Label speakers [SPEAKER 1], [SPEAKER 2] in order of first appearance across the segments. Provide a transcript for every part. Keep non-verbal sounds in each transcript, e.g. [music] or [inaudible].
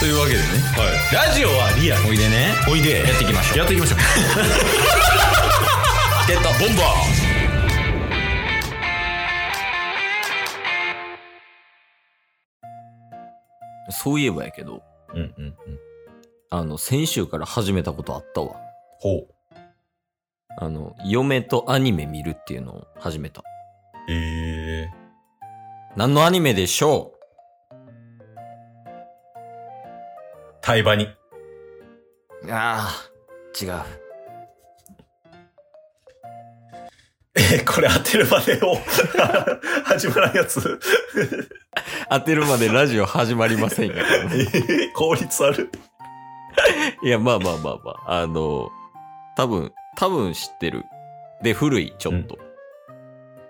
[SPEAKER 1] というわけでね
[SPEAKER 2] はい。ラジオはリアル。
[SPEAKER 1] おいでね
[SPEAKER 2] おいで。
[SPEAKER 1] やっていきましょう
[SPEAKER 2] やっていきましょう。
[SPEAKER 1] ゲットボンバーそういえばやけど
[SPEAKER 2] うんうんうん。
[SPEAKER 1] あの先週から始めたことあったわ
[SPEAKER 2] ほう。
[SPEAKER 1] あの嫁とアニメ見るっていうのを始めた
[SPEAKER 2] ええ
[SPEAKER 1] 何のアニメでしょう
[SPEAKER 2] ー。対話に。
[SPEAKER 1] ああ違う
[SPEAKER 2] え、これ当てるまでを [laughs] 始まらんやつ。
[SPEAKER 1] 当てるまでラジオ始まりませんよ
[SPEAKER 2] え
[SPEAKER 1] [laughs]
[SPEAKER 2] ー、効率ある。
[SPEAKER 1] いやまあまあまあまああの多分多分知ってるで古いちょっと、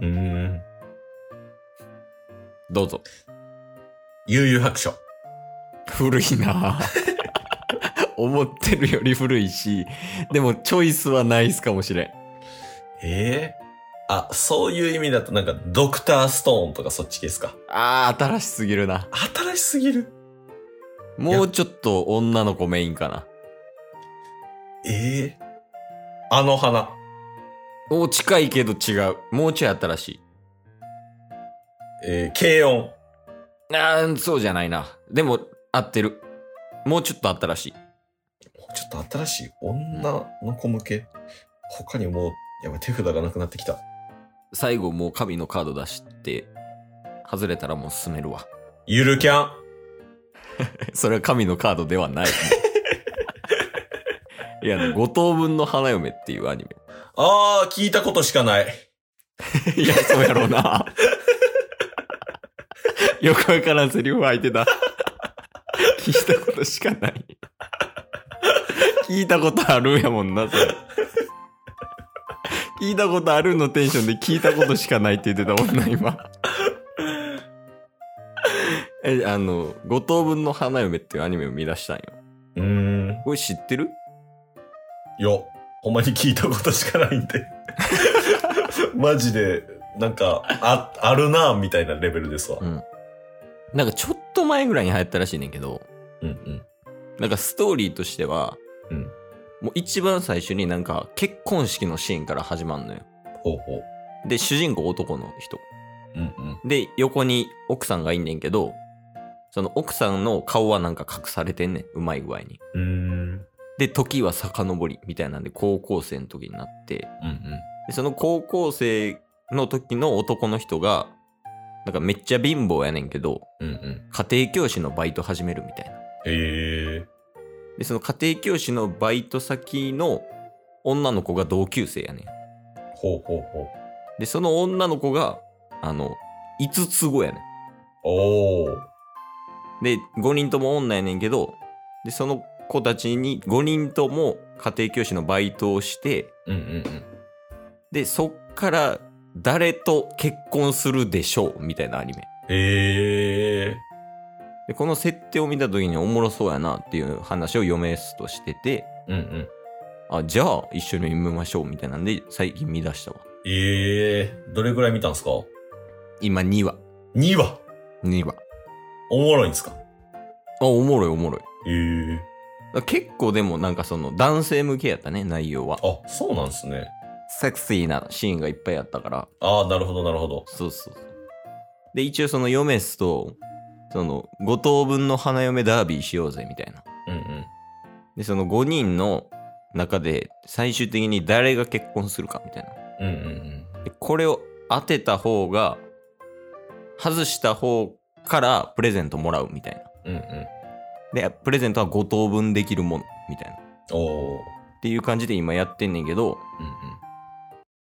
[SPEAKER 2] うーん。
[SPEAKER 1] どうぞ
[SPEAKER 2] 悠々白書。
[SPEAKER 1] 古いな [laughs] 思ってるより古いしでもチョイスはナイスかもしれん
[SPEAKER 2] ええー。あ、そういう意味だとなんか、ドクターストーンとかそっち系ですか。
[SPEAKER 1] あー新しすぎるな
[SPEAKER 2] 新しすぎる。
[SPEAKER 1] もうちょっと女の子メインかな
[SPEAKER 2] ええー。あの花。
[SPEAKER 1] お近いけど違うもうちょい新しい
[SPEAKER 2] えー、軽音。
[SPEAKER 1] あーそうじゃないなでも合ってるもうちょっと新しい
[SPEAKER 2] ちょっと新しい女の子向け。他にもう、やばい、手札がなくなってきた。
[SPEAKER 1] 最後もう神のカード出して外れたらもう進めるわ [laughs]
[SPEAKER 2] ゆるキャン。
[SPEAKER 1] それは神のカードではないいや5等分の花嫁っていうアニメ
[SPEAKER 2] あー、聞いたことしかない。
[SPEAKER 1] [laughs] いや、そうやろうな。 [laughs] よくわからんセリフ相手だ。 [laughs] 聞いたことしかない。聞いたことあるんやもんな、それ。聞いたことあるのテンションで聞いたことしかないって言ってたもんな、今。え、あの、五等分の花嫁っていうアニメを見出したんよ。
[SPEAKER 2] うーん。
[SPEAKER 1] これ知ってる
[SPEAKER 2] よ、ほんまに聞いたことしかないんで。 [laughs] マジで、なんか、あ、あるなぁみたいなレベルですわ。
[SPEAKER 1] なんかちょっと前ぐらいに流行ったらしいねんけど、
[SPEAKER 2] うんうん。
[SPEAKER 1] なんかストーリーとしては、
[SPEAKER 2] うん
[SPEAKER 1] もう一番最初になんか結婚式のシーンから始まるのよ。
[SPEAKER 2] ほうほう。
[SPEAKER 1] で、主人公男の人。
[SPEAKER 2] うんうん。
[SPEAKER 1] で、横に奥さんがいんねんけど、その奥さんの顔はなんか隠されてんねん。うまい具合に。
[SPEAKER 2] うーん。
[SPEAKER 1] で、時は遡りみたいなんで高校生の時になって、
[SPEAKER 2] うんうん。
[SPEAKER 1] でその高校生の時の男の人が、なんかめっちゃ貧乏やねんけど、
[SPEAKER 2] うんうん。
[SPEAKER 1] 家庭教師のバイト始めるみたいな。
[SPEAKER 2] ええ
[SPEAKER 1] でその家庭教師のバイト先の女の子が同級生やねん
[SPEAKER 2] ほうほうほう。
[SPEAKER 1] でその女の子があの5つ子やね
[SPEAKER 2] おー。
[SPEAKER 1] んで5人とも女やねんけどでその子たちに5人とも家庭教師のバイトをして
[SPEAKER 2] うんうんうん。
[SPEAKER 1] でそっから誰と結婚するでしょうみたいなアニメ
[SPEAKER 2] ええ
[SPEAKER 1] でこの設定を見た時におもろそうやなっていう話を嫁すとしてて
[SPEAKER 2] うんうん。
[SPEAKER 1] あじゃあ一緒に見ましょうみたいなんで最近見出したわ
[SPEAKER 2] ええどれぐらい見たんすか
[SPEAKER 1] 今2話
[SPEAKER 2] ?2 話
[SPEAKER 1] 2話
[SPEAKER 2] おもろいんすか
[SPEAKER 1] あ、おもろいおもろい。
[SPEAKER 2] ええ
[SPEAKER 1] 結構でもなんかその男性向けやったね、内容は。
[SPEAKER 2] あ、そうなんすね。
[SPEAKER 1] セクシーなシーンがいっぱいあったから。
[SPEAKER 2] ああ、なるほどなるほど。
[SPEAKER 1] そうそうそう。で、一応そのヨメスと、その5等分の花嫁ダービーしようぜみたいな。
[SPEAKER 2] うんうん。
[SPEAKER 1] で、その5人の中で最終的に誰が結婚するかみたいな。
[SPEAKER 2] うんうん
[SPEAKER 1] で、これを当てた方が、外した方からプレゼントもらうみたいな。
[SPEAKER 2] うん。うんうん。
[SPEAKER 1] で、プレゼントは5等分できるものみたいな。っ
[SPEAKER 2] おー。
[SPEAKER 1] ていう感じで今やってんねんけど、
[SPEAKER 2] うんうん。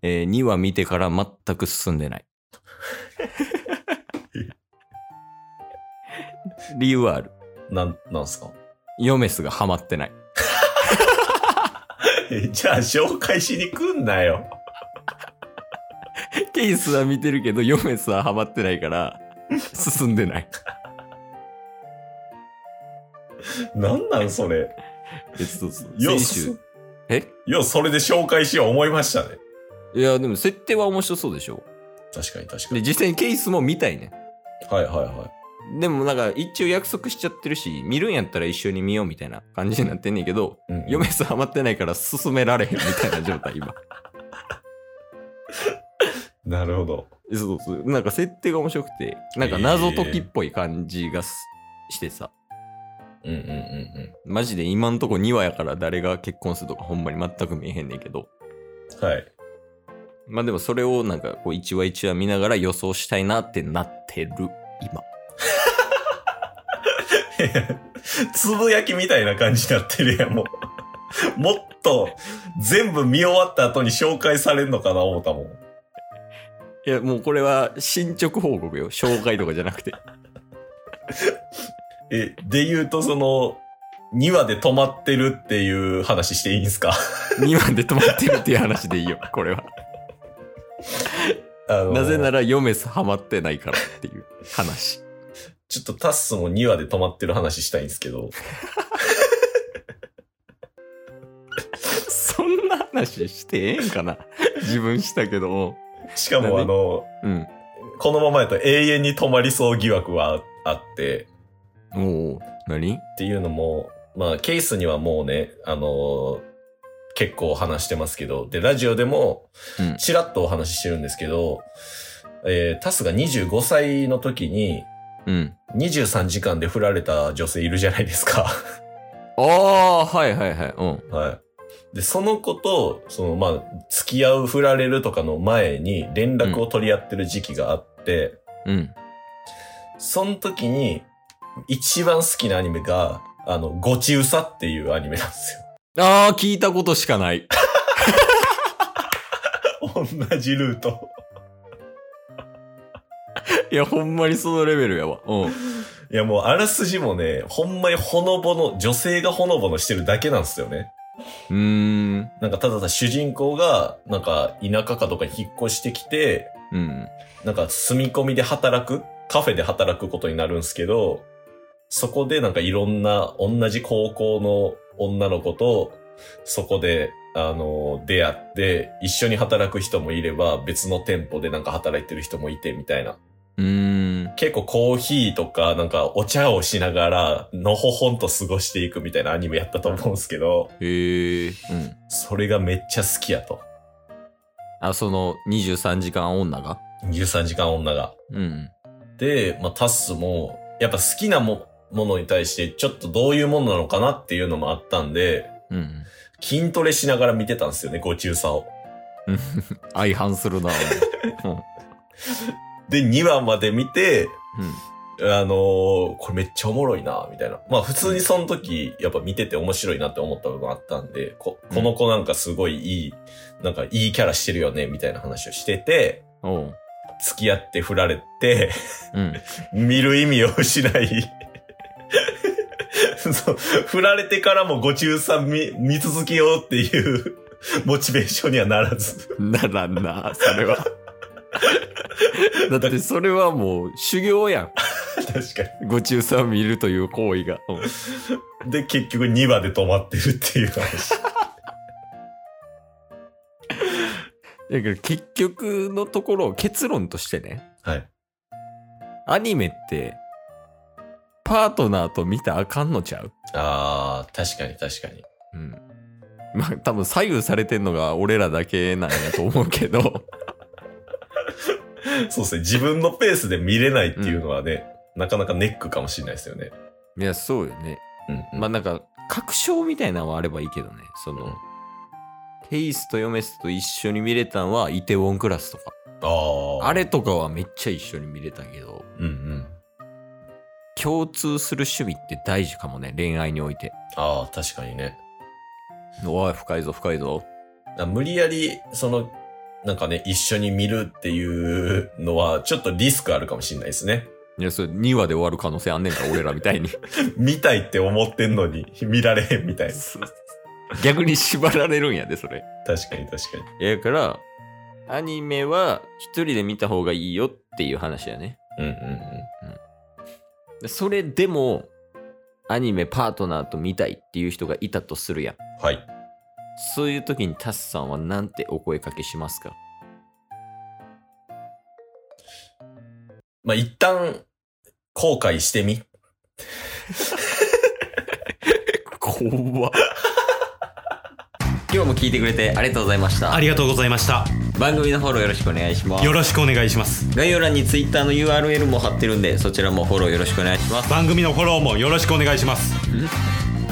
[SPEAKER 1] えー、2話見てから全く進んでない。理由はある。
[SPEAKER 2] なん、なんすか
[SPEAKER 1] ヨメスがハマってない。
[SPEAKER 2] [laughs] じゃあ、紹介しに来んなよ。
[SPEAKER 1] ケイスは見てるけど、ヨメスはハマってないから、進んでない。
[SPEAKER 2] なんなんそれ。
[SPEAKER 1] えそうそう
[SPEAKER 2] よ、
[SPEAKER 1] 先
[SPEAKER 2] そ
[SPEAKER 1] 週。え
[SPEAKER 2] よ、それで紹介しよう思いましたね。
[SPEAKER 1] いや、でも設定は面白そうでしょ。
[SPEAKER 2] 確かに確か
[SPEAKER 1] で、
[SPEAKER 2] に。
[SPEAKER 1] 実際にケイスも見たいね。
[SPEAKER 2] はいはいは
[SPEAKER 1] でもなんか一応約束しちゃってるし、見るんやったら一緒に見ようみたいな感じになってんねんけど、
[SPEAKER 2] うん
[SPEAKER 1] 嫁さんハマってないから進められへんみたいな状態、今。
[SPEAKER 2] なるほど。
[SPEAKER 1] そうそう。なんか設定が面白くて、なんか謎解きっぽい感じがすしてさ、
[SPEAKER 2] うんうんうんう
[SPEAKER 1] マジで今んとこ2話やから誰が結婚するとかほんまに全く見えへんねんけど、
[SPEAKER 2] ん。はい。 [laughs]
[SPEAKER 1] まあでもそれをなんかこう一話一話見ながら予想したいなってなってる、今。
[SPEAKER 2] つぶやきみたいな感じになってるやん、もう。 [laughs] もっと、全部見終わった後に紹介されんのかな、思ったもん。
[SPEAKER 1] いやもうこれは進捗報告よ。紹介とかじゃなく [laughs] て。
[SPEAKER 2] え、で言うと、その、2話で止まってるっていう話していいんすか
[SPEAKER 1] 2話で止まってるっていう話でいいよ、これは。
[SPEAKER 2] あの
[SPEAKER 1] [laughs] なぜなら嫁すハマってないからっていう話。
[SPEAKER 2] ちょっとタッスも2話で止まってる話したいんですけ [laughs] ど。
[SPEAKER 1] そんな話してええんかな自分したけど。
[SPEAKER 2] しかも
[SPEAKER 1] なんで
[SPEAKER 2] あの、
[SPEAKER 1] うん。
[SPEAKER 2] このままやと永遠に止まりそう疑惑はあって、
[SPEAKER 1] おう何
[SPEAKER 2] っていうのも、まあケースにはもうね、あの、結構話してますけど、で、ラジオでも
[SPEAKER 1] うん、
[SPEAKER 2] ちらっとお話ししてるんですけど、えータスが25歳の時に、
[SPEAKER 1] うん。
[SPEAKER 2] 23時間で振られた女性いるじゃないですか。
[SPEAKER 1] ああ、はいはいはい。うん。
[SPEAKER 2] はい。で、その子と、その、まあ、付き合う、振られるとかの前に連絡を取り合ってる時期があって、
[SPEAKER 1] うん。
[SPEAKER 2] その時に、一番好きなアニメが、あの、ゴチウサっていうアニメなんです
[SPEAKER 1] ああ、聞いたことしかない。
[SPEAKER 2] よ。
[SPEAKER 1] [laughs]
[SPEAKER 2] [laughs] 同じルート。
[SPEAKER 1] いや、ほんまにそのレベルやわ。うん。
[SPEAKER 2] いや、もう、あらすじもね、ほんまにほのぼの、女性がほのぼのしてるだけなんですよね。
[SPEAKER 1] うーん。
[SPEAKER 2] なんか、ただただ主人公が、なんか、田舎かとかに引っ越してきて、
[SPEAKER 1] うん。
[SPEAKER 2] なんか住み込みで働く、カフェで働くことになるんですけど、そこでなんかいろんな同じ高校の女の子と、そこで、あの、出会って、一緒に働く人もいれば、別の店舗でなんか働いてる人もいて、みたいな。
[SPEAKER 1] うーん。
[SPEAKER 2] 結構コーヒーとか、なんかお茶をしながら、のほほんと過ごしていくみたいなアニメやったと思うんですけど、
[SPEAKER 1] へえ。うん。
[SPEAKER 2] それがめっちゃ好きやと。
[SPEAKER 1] あ、その23時間女が
[SPEAKER 2] 23時間女が。
[SPEAKER 1] うん。
[SPEAKER 2] で、まあ、タッスも、やっぱ好きなもものに対して、ちょっとどういうものなのかなっていうのもあったんで、
[SPEAKER 1] うん。
[SPEAKER 2] 筋トレしながら見てたんですよね、ご中さを。
[SPEAKER 1] 相反する [laughs] な。うん。
[SPEAKER 2] で、2話まで見て、
[SPEAKER 1] うん。
[SPEAKER 2] あのーこれめっちゃおもろいな、みたいな。まあ普通にその時、やっぱ見てて面白いなって思った部分あったんで、こ、この子なんかすごいいい、なんかいいキャラしてるよね、みたいな話をしてて、
[SPEAKER 1] おう。
[SPEAKER 2] 付き合って振られて、
[SPEAKER 1] うん。
[SPEAKER 2] 見る意味を失い [laughs] そう振られてからもご中さん見見続けようっていうモチベーションにはならず。
[SPEAKER 1] ならんな、それは。 [laughs] だってそれはもう修行や
[SPEAKER 2] 確か
[SPEAKER 1] ん。ご中さんを見るという行為が。
[SPEAKER 2] に。で、結局2話で止まってるっていう話。
[SPEAKER 1] だけど結局のところ、結論としてね、
[SPEAKER 2] はい。
[SPEAKER 1] アニメって、パートナーと見たらあかんのちゃう
[SPEAKER 2] あー、確かに確かに。
[SPEAKER 1] うん。まあ多分左右されてんのが俺らだけなんやと思うけど、
[SPEAKER 2] そうですね。自分のペースで見れないっていうのはね、なかなかネックかもしれないですよね。
[SPEAKER 1] [laughs] いや、そうよね。
[SPEAKER 2] うん、うん。
[SPEAKER 1] まあなんか、確証みたいなのはあればいいけどね、その、
[SPEAKER 2] うん
[SPEAKER 1] ケイスとヨメスと一緒に見れたんはイテウォンクラスとか。
[SPEAKER 2] あー。
[SPEAKER 1] あれとかはめっちゃ一緒に見れたけど、
[SPEAKER 2] うんうん。
[SPEAKER 1] 共通する趣味って大事かもね、恋愛において。
[SPEAKER 2] あー、確かにね。
[SPEAKER 1] おい、深いぞ、深いぞ。
[SPEAKER 2] だ無理やり、その、なんかね、一緒に見るっていうのは、ちょっとリスクあるかもしれないですね。 [laughs]
[SPEAKER 1] いや、それ2話で終わる可能性あんねんか、俺らみたい [laughs] に。
[SPEAKER 2] 見たいって思ってんのに、見られへんみたいな。
[SPEAKER 1] 逆に縛られるんやで、それ。
[SPEAKER 2] 確かに確かに。
[SPEAKER 1] いや、だから、アニメは一人で見た方がいいよっていう話やね。
[SPEAKER 2] うんうん
[SPEAKER 1] でそれでも、アニメパートナーと見たいっていう人がいたとするやん。
[SPEAKER 2] うん。はい。
[SPEAKER 1] そういう時にタスさんはなんてお声かけしますか
[SPEAKER 2] まあ、一旦、
[SPEAKER 3] 後悔してみ。
[SPEAKER 1] 怖っ。今日も聞いてくれてありがとうございました
[SPEAKER 2] あ。りがとうございました
[SPEAKER 1] 番組のフォローよろしくお願いします
[SPEAKER 2] よ。ろしくお願いします
[SPEAKER 1] 概要欄に Twitter の URL も貼ってるんで、そちらもフォローよろしくお願いします。
[SPEAKER 2] 番組のフォローもよろしくお願いします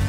[SPEAKER 2] す